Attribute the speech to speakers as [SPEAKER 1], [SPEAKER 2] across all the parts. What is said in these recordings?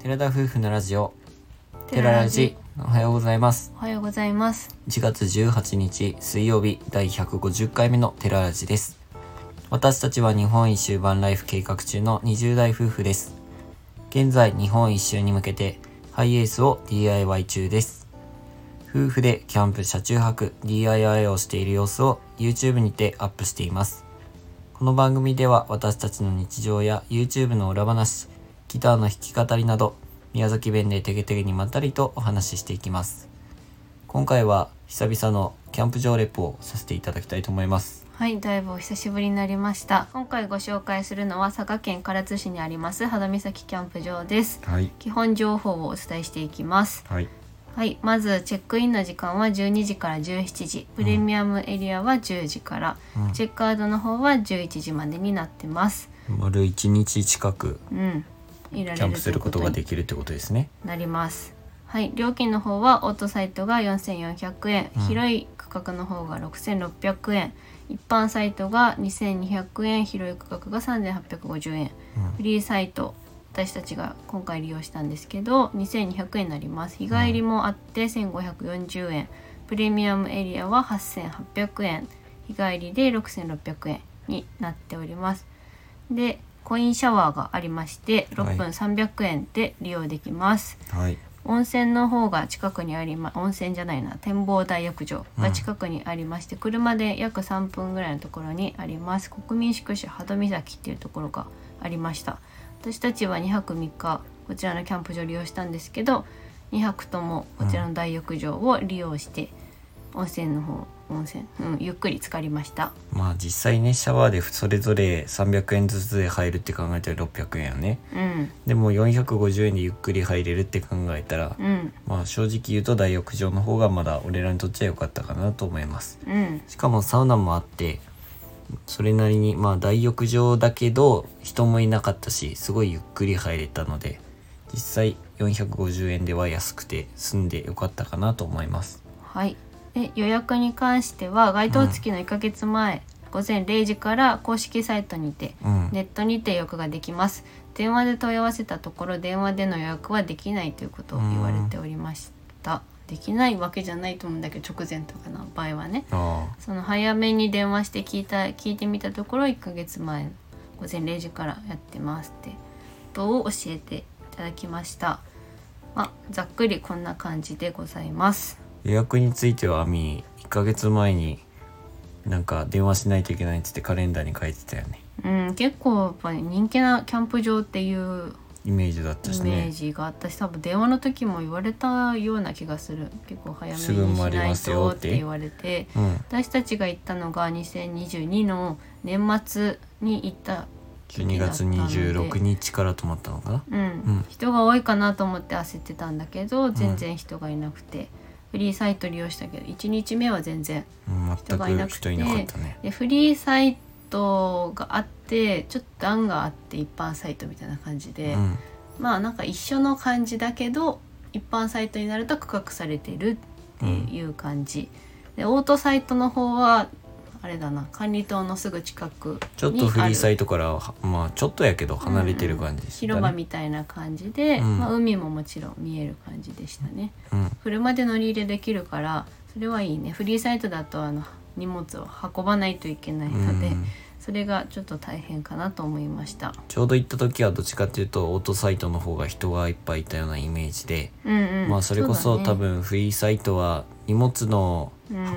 [SPEAKER 1] 寺田夫婦のラジオテララジおはようございます
[SPEAKER 2] おはようございます
[SPEAKER 1] 1月18日水曜日第150回目のテララジです私たちは日本一周バンライフ計画中の20代夫婦です現在日本一周に向けてハイエースを DIY 中です夫婦でキャンプ車中泊 DIY をしている様子を YouTube にてアップしていますこの番組では私たちの日常や YouTube の裏話ギターの弾き語りなど宮崎弁でテゲテゲにまったりとお話ししていきます今回は久々のキャンプ場レポをさせていただきたいと思います
[SPEAKER 2] はいだいぶお久しぶりになりました今回ご紹介するのは佐賀県唐津市にあります肌岬キャンプ場です
[SPEAKER 1] はい
[SPEAKER 2] 基本情報をお伝えしていきます
[SPEAKER 1] はい
[SPEAKER 2] はいまずチェックインの時間は12時から17時プレミアムエリアは10時から、
[SPEAKER 1] うん
[SPEAKER 2] チェックアウトの方は11時までになってます
[SPEAKER 1] 丸1日近く
[SPEAKER 2] うんいられ
[SPEAKER 1] キャンプすることが
[SPEAKER 2] という
[SPEAKER 1] できるってことですね
[SPEAKER 2] なります。はい、料金の方はオートサイトが4400円、
[SPEAKER 1] うん
[SPEAKER 2] 広い区画の方が6600円一般サイトが2200円広い区画が3850円フリーサイト私たちが今回利用したんですけど2200円になります日帰りもあって1540円プレミアムエリアは8800円日帰りで6600円になっておりますでコインシャワーがありまして6分
[SPEAKER 1] は
[SPEAKER 2] 300円で利用できます、
[SPEAKER 1] はい
[SPEAKER 2] 温泉の方が近くにありま温泉じゃないな展望台浴場が近くにありまして、車で約3分ぐらいのところにあります国民宿舎波戸岬っていうところがありました私たちは2泊3日こちらのキャンプ場を利用したんですけど2泊ともこちらの大浴場を利用して、温泉の方温泉、うん、ゆっくり浸かりました
[SPEAKER 1] まあ実際ねシャワーでそれぞれ300円ずつで入るって考えたら600円よね
[SPEAKER 2] うん
[SPEAKER 1] でも450円でゆっくり入れるって考えたら、
[SPEAKER 2] うん
[SPEAKER 1] まあ正直言うと大浴場の方がまだ俺らにとっちゃ良かったかなと思います
[SPEAKER 2] うん
[SPEAKER 1] しかもサウナもあってそれなりにまあ大浴場だけど人もいなかったしすごいゆっくり入れたので実際450円では安くて住んでよかったかなと思います
[SPEAKER 2] はい、で予約に関しては該当付きの1ヶ月前、午前0時から公式サイトにて
[SPEAKER 1] うん、
[SPEAKER 2] ネットにて予約ができます電話で問い合わせたところ電話での予約はできないということを言われておりました、できないわけじゃないと思うんだけど直前とかの場合はね
[SPEAKER 1] あ
[SPEAKER 2] その早めに電話して聞いた聞いてみたところ1ヶ月前午前0時からやってますってことを教えていただきましたまあざっくりこんな感じでございます
[SPEAKER 1] あ予約についてはアミ1ヶ月前になんか電話しないといけないっつってカレンダーに書いてたよね
[SPEAKER 2] うん、結構やっぱり人気なキャンプ場っていう
[SPEAKER 1] イメージだったし
[SPEAKER 2] イメー
[SPEAKER 1] ね
[SPEAKER 2] ジがあったし、多分電話の時も言われたような気がする結構早め
[SPEAKER 1] すぐ
[SPEAKER 2] にし
[SPEAKER 1] 回り
[SPEAKER 2] な
[SPEAKER 1] ま
[SPEAKER 2] い
[SPEAKER 1] すよっ
[SPEAKER 2] とってて言われて
[SPEAKER 1] うん
[SPEAKER 2] 私たちが行ったのが2022の年末に行った時期
[SPEAKER 1] 12
[SPEAKER 2] だった
[SPEAKER 1] 月
[SPEAKER 2] ので
[SPEAKER 1] 26日から泊まったのかな
[SPEAKER 2] うん、
[SPEAKER 1] ん
[SPEAKER 2] 人が多いかなと思って焦ってたんだけど全然人がいなくて、フリーサイト利用したけど1日目は全然
[SPEAKER 1] うん全く人いなかったね
[SPEAKER 2] でフリーサイトがあってちょっと案があって一般サイトみたいな感じ
[SPEAKER 1] う
[SPEAKER 2] で、
[SPEAKER 1] ん
[SPEAKER 2] まあなんか一緒の感じだけど一般サイトになると区画されてるっていう感じ、でオートサイトの方はあれだな管理棟のすぐ近くにある
[SPEAKER 1] ちょっとフリーサイトからはまあちょっとやけど離れてる感じでしたね。
[SPEAKER 2] 広場みたいな感じで、
[SPEAKER 1] うん
[SPEAKER 2] まあ、海ももちろん見える感じでしたね、
[SPEAKER 1] うん
[SPEAKER 2] 車で乗り入れできるからそれはいいねフリーサイトだとあの荷物を運ばないといけないので、
[SPEAKER 1] うん
[SPEAKER 2] それがちょっと大変かなと思いました
[SPEAKER 1] ちょうど行った時はどっちかっていうとオートサイトの方が人がいっぱいいたようなイメージで、
[SPEAKER 2] うんうん
[SPEAKER 1] まあそれこそ
[SPEAKER 2] うだね
[SPEAKER 1] 多分フリーサイトは荷物の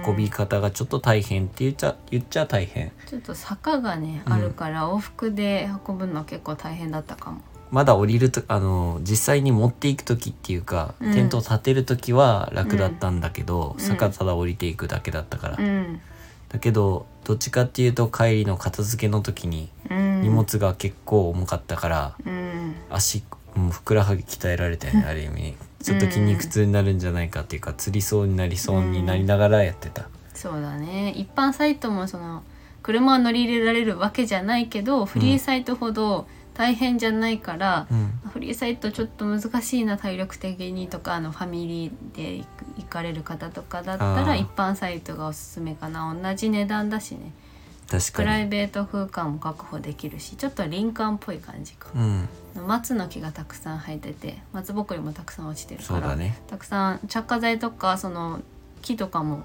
[SPEAKER 1] 運び方がちょっと大変って言っちゃ言っちゃ大変
[SPEAKER 2] ちょっと坂がね、
[SPEAKER 1] うん
[SPEAKER 2] あるから往復で運ぶのは結構大変だったかも
[SPEAKER 1] まだ降りるとあの実際に持っていく時っていうか、
[SPEAKER 2] うん
[SPEAKER 1] テントを立てる時は楽だったんだけど、
[SPEAKER 2] ん
[SPEAKER 1] 坂ただ降りていくだけだったから、
[SPEAKER 2] うん、
[SPEAKER 1] だけどどっちかっていうと帰りの片付けの時に
[SPEAKER 2] うん、
[SPEAKER 1] 荷物が結構重かったから、
[SPEAKER 2] うん
[SPEAKER 1] 足もうふくらはぎ鍛えられたよねある意味ちょっと筋肉痛になるんじゃないかっていうかつりそうになりそうになりながらやってた、
[SPEAKER 2] そうだね一般サイトもその車は乗り入れられるわけじゃないけどフリーサイトほど大変じゃないから
[SPEAKER 1] う、ん、
[SPEAKER 2] フリーサイトちょっと難しいな体力的にとかあのファミリーで行く行かれる方とかだった
[SPEAKER 1] あ
[SPEAKER 2] ら
[SPEAKER 1] ー
[SPEAKER 2] 一般サイトがおすすめかな同じ値段だしね
[SPEAKER 1] 確
[SPEAKER 2] プ
[SPEAKER 1] か
[SPEAKER 2] ラ
[SPEAKER 1] に
[SPEAKER 2] イベート空間も確保できるしちょっと林間っぽい感じか、
[SPEAKER 1] うん
[SPEAKER 2] 松の木がたくさん生えてて松ぼっくりもたくさん落ちてる
[SPEAKER 1] そ
[SPEAKER 2] か
[SPEAKER 1] うだ
[SPEAKER 2] ら、
[SPEAKER 1] ね
[SPEAKER 2] たくさん着火剤とかその木とかも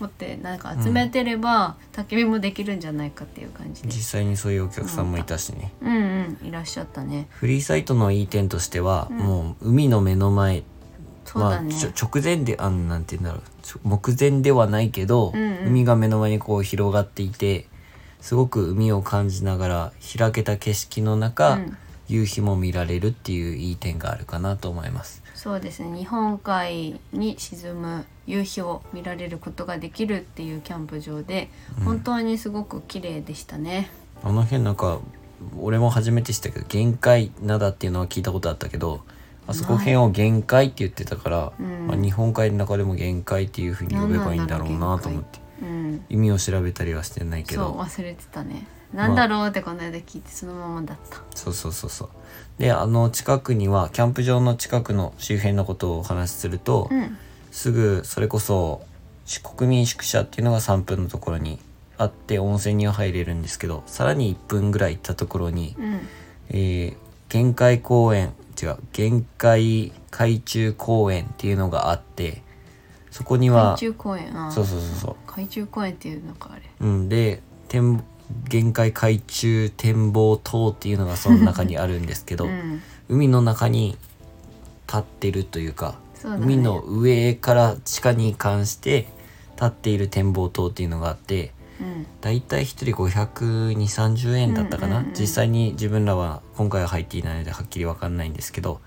[SPEAKER 2] 持ってなんか集めてれば、焚き火もできるんじゃないかっていう感じで
[SPEAKER 1] 実際にそういうお客さんもいたしね
[SPEAKER 2] うんうんいらっしゃったね
[SPEAKER 1] フリーサイトのいい点としては、
[SPEAKER 2] うん
[SPEAKER 1] もう海の目の前
[SPEAKER 2] そうだね、
[SPEAKER 1] まあ、ちょ直前であのなんて言うんだろうちょ目前ではないけど、
[SPEAKER 2] うんうん
[SPEAKER 1] 海が目の前にこう広がっていてすごく海を感じながら開けた景色の中、
[SPEAKER 2] うん
[SPEAKER 1] 夕日も見られるっていういい点があるかなと思います。
[SPEAKER 2] そうですね日本海に沈む夕日を見られることができるっていうキャンプ場で、本当にすごく綺麗でしたね
[SPEAKER 1] あの辺なんか俺も初めて知ったけど限界灘っていうのは聞いたことあったけどあそこ辺を限界って言ってたから、
[SPEAKER 2] うん
[SPEAKER 1] まあ、日本海の中でも限界っていうふうに呼べばいいんだろうなと思って
[SPEAKER 2] うん
[SPEAKER 1] 意味を調べたりはしてないけ
[SPEAKER 2] そ
[SPEAKER 1] ど
[SPEAKER 2] う忘れてたねなんだろうってこの間聞いてそのままだった、
[SPEAKER 1] そうそうそうそうであの近くにはキャンプ場の近くの周辺のことをお話しすると、
[SPEAKER 2] うん
[SPEAKER 1] すぐそれこそ国民宿舎っていうのが3分のところにあって温泉には入れるんですけどさらに1分ぐらい行ったところに、
[SPEAKER 2] うん
[SPEAKER 1] えー限界公園違う限界海中公園っていうのがあってそこには
[SPEAKER 2] 海中公園あー
[SPEAKER 1] そうそうそうそう
[SPEAKER 2] 海中公園っていうのかあれ
[SPEAKER 1] うん、で天限界海中展望塔っていうのがその中にあるんです けど、
[SPEAKER 2] うん
[SPEAKER 1] 海の中に立ってるというか
[SPEAKER 2] そうだね
[SPEAKER 1] 海の上から地下に関して立っている展望塔っていうのがあって
[SPEAKER 2] うん
[SPEAKER 1] だいたい1人52030円だったかな、
[SPEAKER 2] うんうんうん
[SPEAKER 1] 実際に自分らは今回は入っていないのではっきりわかんないんですけど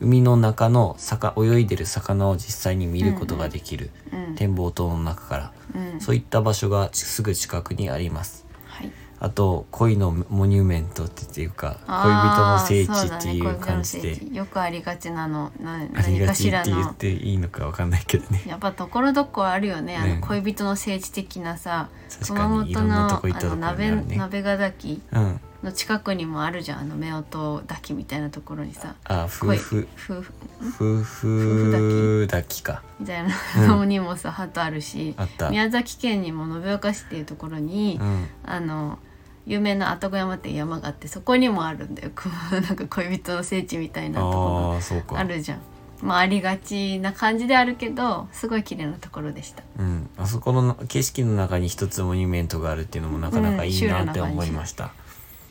[SPEAKER 1] 海の中の魚泳いでる魚を実際に見ることができる、
[SPEAKER 2] うん
[SPEAKER 1] 展望塔の中から。
[SPEAKER 2] うん
[SPEAKER 1] そういった場所がすぐ近くにあります。
[SPEAKER 2] はい
[SPEAKER 1] あと恋のモニュメントっていうか
[SPEAKER 2] あー
[SPEAKER 1] 恋人
[SPEAKER 2] そ
[SPEAKER 1] の
[SPEAKER 2] だ
[SPEAKER 1] 聖地って
[SPEAKER 2] ね
[SPEAKER 1] いう感じ
[SPEAKER 2] 恋
[SPEAKER 1] で
[SPEAKER 2] 人の聖地よくありがちなのな
[SPEAKER 1] あり
[SPEAKER 2] 何
[SPEAKER 1] が
[SPEAKER 2] か
[SPEAKER 1] ち
[SPEAKER 2] し
[SPEAKER 1] っ
[SPEAKER 2] ら
[SPEAKER 1] て言
[SPEAKER 2] の
[SPEAKER 1] っていいのかわかんないけどね。
[SPEAKER 2] やっぱところどころあるよねあ
[SPEAKER 1] ね
[SPEAKER 2] の恋人の聖地的なさ、
[SPEAKER 1] 確
[SPEAKER 2] 熊
[SPEAKER 1] かにい
[SPEAKER 2] 本
[SPEAKER 1] ろんな
[SPEAKER 2] の
[SPEAKER 1] とこ行っ
[SPEAKER 2] あ
[SPEAKER 1] たと
[SPEAKER 2] の
[SPEAKER 1] ころにあ
[SPEAKER 2] 鍋
[SPEAKER 1] るね。
[SPEAKER 2] 鍋ヶ滝
[SPEAKER 1] うん。
[SPEAKER 2] の近くにもあるじゃんあの夫婦滝みたいなところにさ
[SPEAKER 1] あ夫
[SPEAKER 2] 恋
[SPEAKER 1] 婦
[SPEAKER 2] 夫婦
[SPEAKER 1] 夫婦抱きか
[SPEAKER 2] みたいな
[SPEAKER 1] うん
[SPEAKER 2] の にもさ鳩あるし
[SPEAKER 1] あった。
[SPEAKER 2] 宮崎県にも延岡市っていうところに、
[SPEAKER 1] うん。
[SPEAKER 2] あの有名な愛宕山っていう山があってそこにもあるんだよ こうなんか恋人の聖地みたいなとこ
[SPEAKER 1] ああそう
[SPEAKER 2] ろ
[SPEAKER 1] か。
[SPEAKER 2] あるじゃん。まあありがちな感じであるけどすごい綺麗なところでした。
[SPEAKER 1] うん。あそこの景色の中に一つモニュメントがあるっていうのもなかなかいいなって思いました。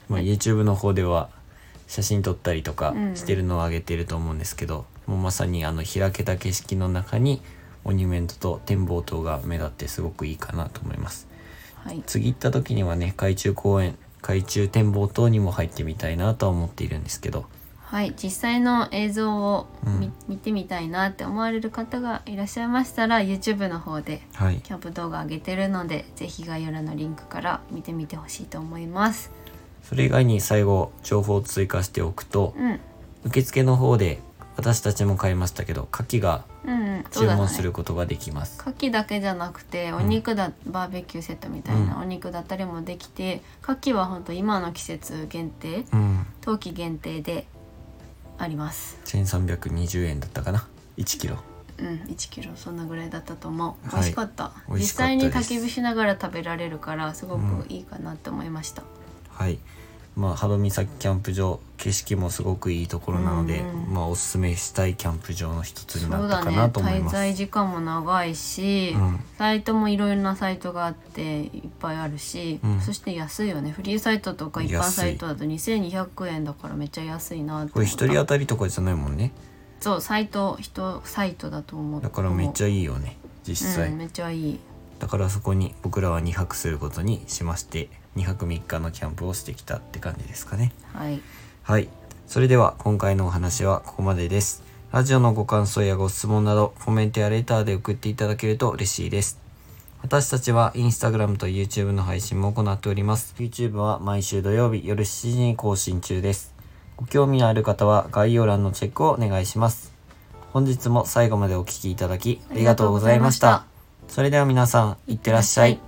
[SPEAKER 1] まあ YouTube の方では写真撮ったりとか
[SPEAKER 2] うん
[SPEAKER 1] してるのを上げてると思うんですけど、もうまさにあの開けた景色の中にモニュメントと展望塔が目立ってすごくいいかなと思います。
[SPEAKER 2] はい、
[SPEAKER 1] 次行った時にはね海中公園海中展望塔にも入ってみたいなとは思っているんですけど
[SPEAKER 2] はい、実際の映像を見,、
[SPEAKER 1] うん
[SPEAKER 2] 見てみたいなって思われる方がいらっしゃいましたら YouTube の方で
[SPEAKER 1] はい
[SPEAKER 2] キャンプ動画上げてるのでぜひ概要欄のリンクから見てみてほしいと思います。
[SPEAKER 1] それ以外に最後情報を追加しておくと
[SPEAKER 2] うん、
[SPEAKER 1] 受付の方で私たちも買いましたけど牡蠣が
[SPEAKER 2] うん、うん、そう
[SPEAKER 1] 注
[SPEAKER 2] だね
[SPEAKER 1] 文することができます、
[SPEAKER 2] 牡蠣だけじゃなくてお肉だ、バーベキューセットみたいな
[SPEAKER 1] うん
[SPEAKER 2] お肉だったりもできて牡蠣は本当今の季節限定
[SPEAKER 1] うん
[SPEAKER 2] 冬季限定であります
[SPEAKER 1] 1320円だったかな1キロ
[SPEAKER 2] うん1キロそんなぐらいだったと思う
[SPEAKER 1] はい
[SPEAKER 2] 美味しかった,、
[SPEAKER 1] 美味
[SPEAKER 2] 実
[SPEAKER 1] しかった
[SPEAKER 2] 際
[SPEAKER 1] です
[SPEAKER 2] に焚き火しながら食べられるからすごくいいかなって思いました、
[SPEAKER 1] はいまあ波戸岬キャンプ場景色もすごくいいところなので、
[SPEAKER 2] うん
[SPEAKER 1] まあおすすめしたいキャンプ場の一つに
[SPEAKER 2] そ
[SPEAKER 1] な
[SPEAKER 2] う
[SPEAKER 1] った
[SPEAKER 2] だ
[SPEAKER 1] か
[SPEAKER 2] ね
[SPEAKER 1] なと思い
[SPEAKER 2] 滞
[SPEAKER 1] ます、
[SPEAKER 2] 在時間も長いし、
[SPEAKER 1] うん
[SPEAKER 2] サイトもいろいろなサイトがあっていっぱいあるし、
[SPEAKER 1] うん
[SPEAKER 2] そして安いよねフリーサイトとか一般サイトだと2200円だからめっちゃ安いなって
[SPEAKER 1] こ
[SPEAKER 2] 思
[SPEAKER 1] れ
[SPEAKER 2] った
[SPEAKER 1] 一人当たりとかじゃないもんね
[SPEAKER 2] そうサイト人サイトだと思う
[SPEAKER 1] だからめっち
[SPEAKER 2] ゃ
[SPEAKER 1] ゃいいよね実際、
[SPEAKER 2] うん、めっちゃいい
[SPEAKER 1] だからそこに僕らは2泊することにしまして2泊3日のキャンプをしてきたって感じですかね
[SPEAKER 2] はい
[SPEAKER 1] はいそれでは今回のお話はここまでですラジオのご感想やご質問などコメントやレターで送っていただけると嬉しいです私たちはインスタグラムと YouTube の配信も行っております YouTube は毎週土曜日夜7時に更新中ですご興味のある方は概要欄のチェックをお願いします本日も最後までお聴きいただきありがとうございましたそれでは皆さんいってらっしゃい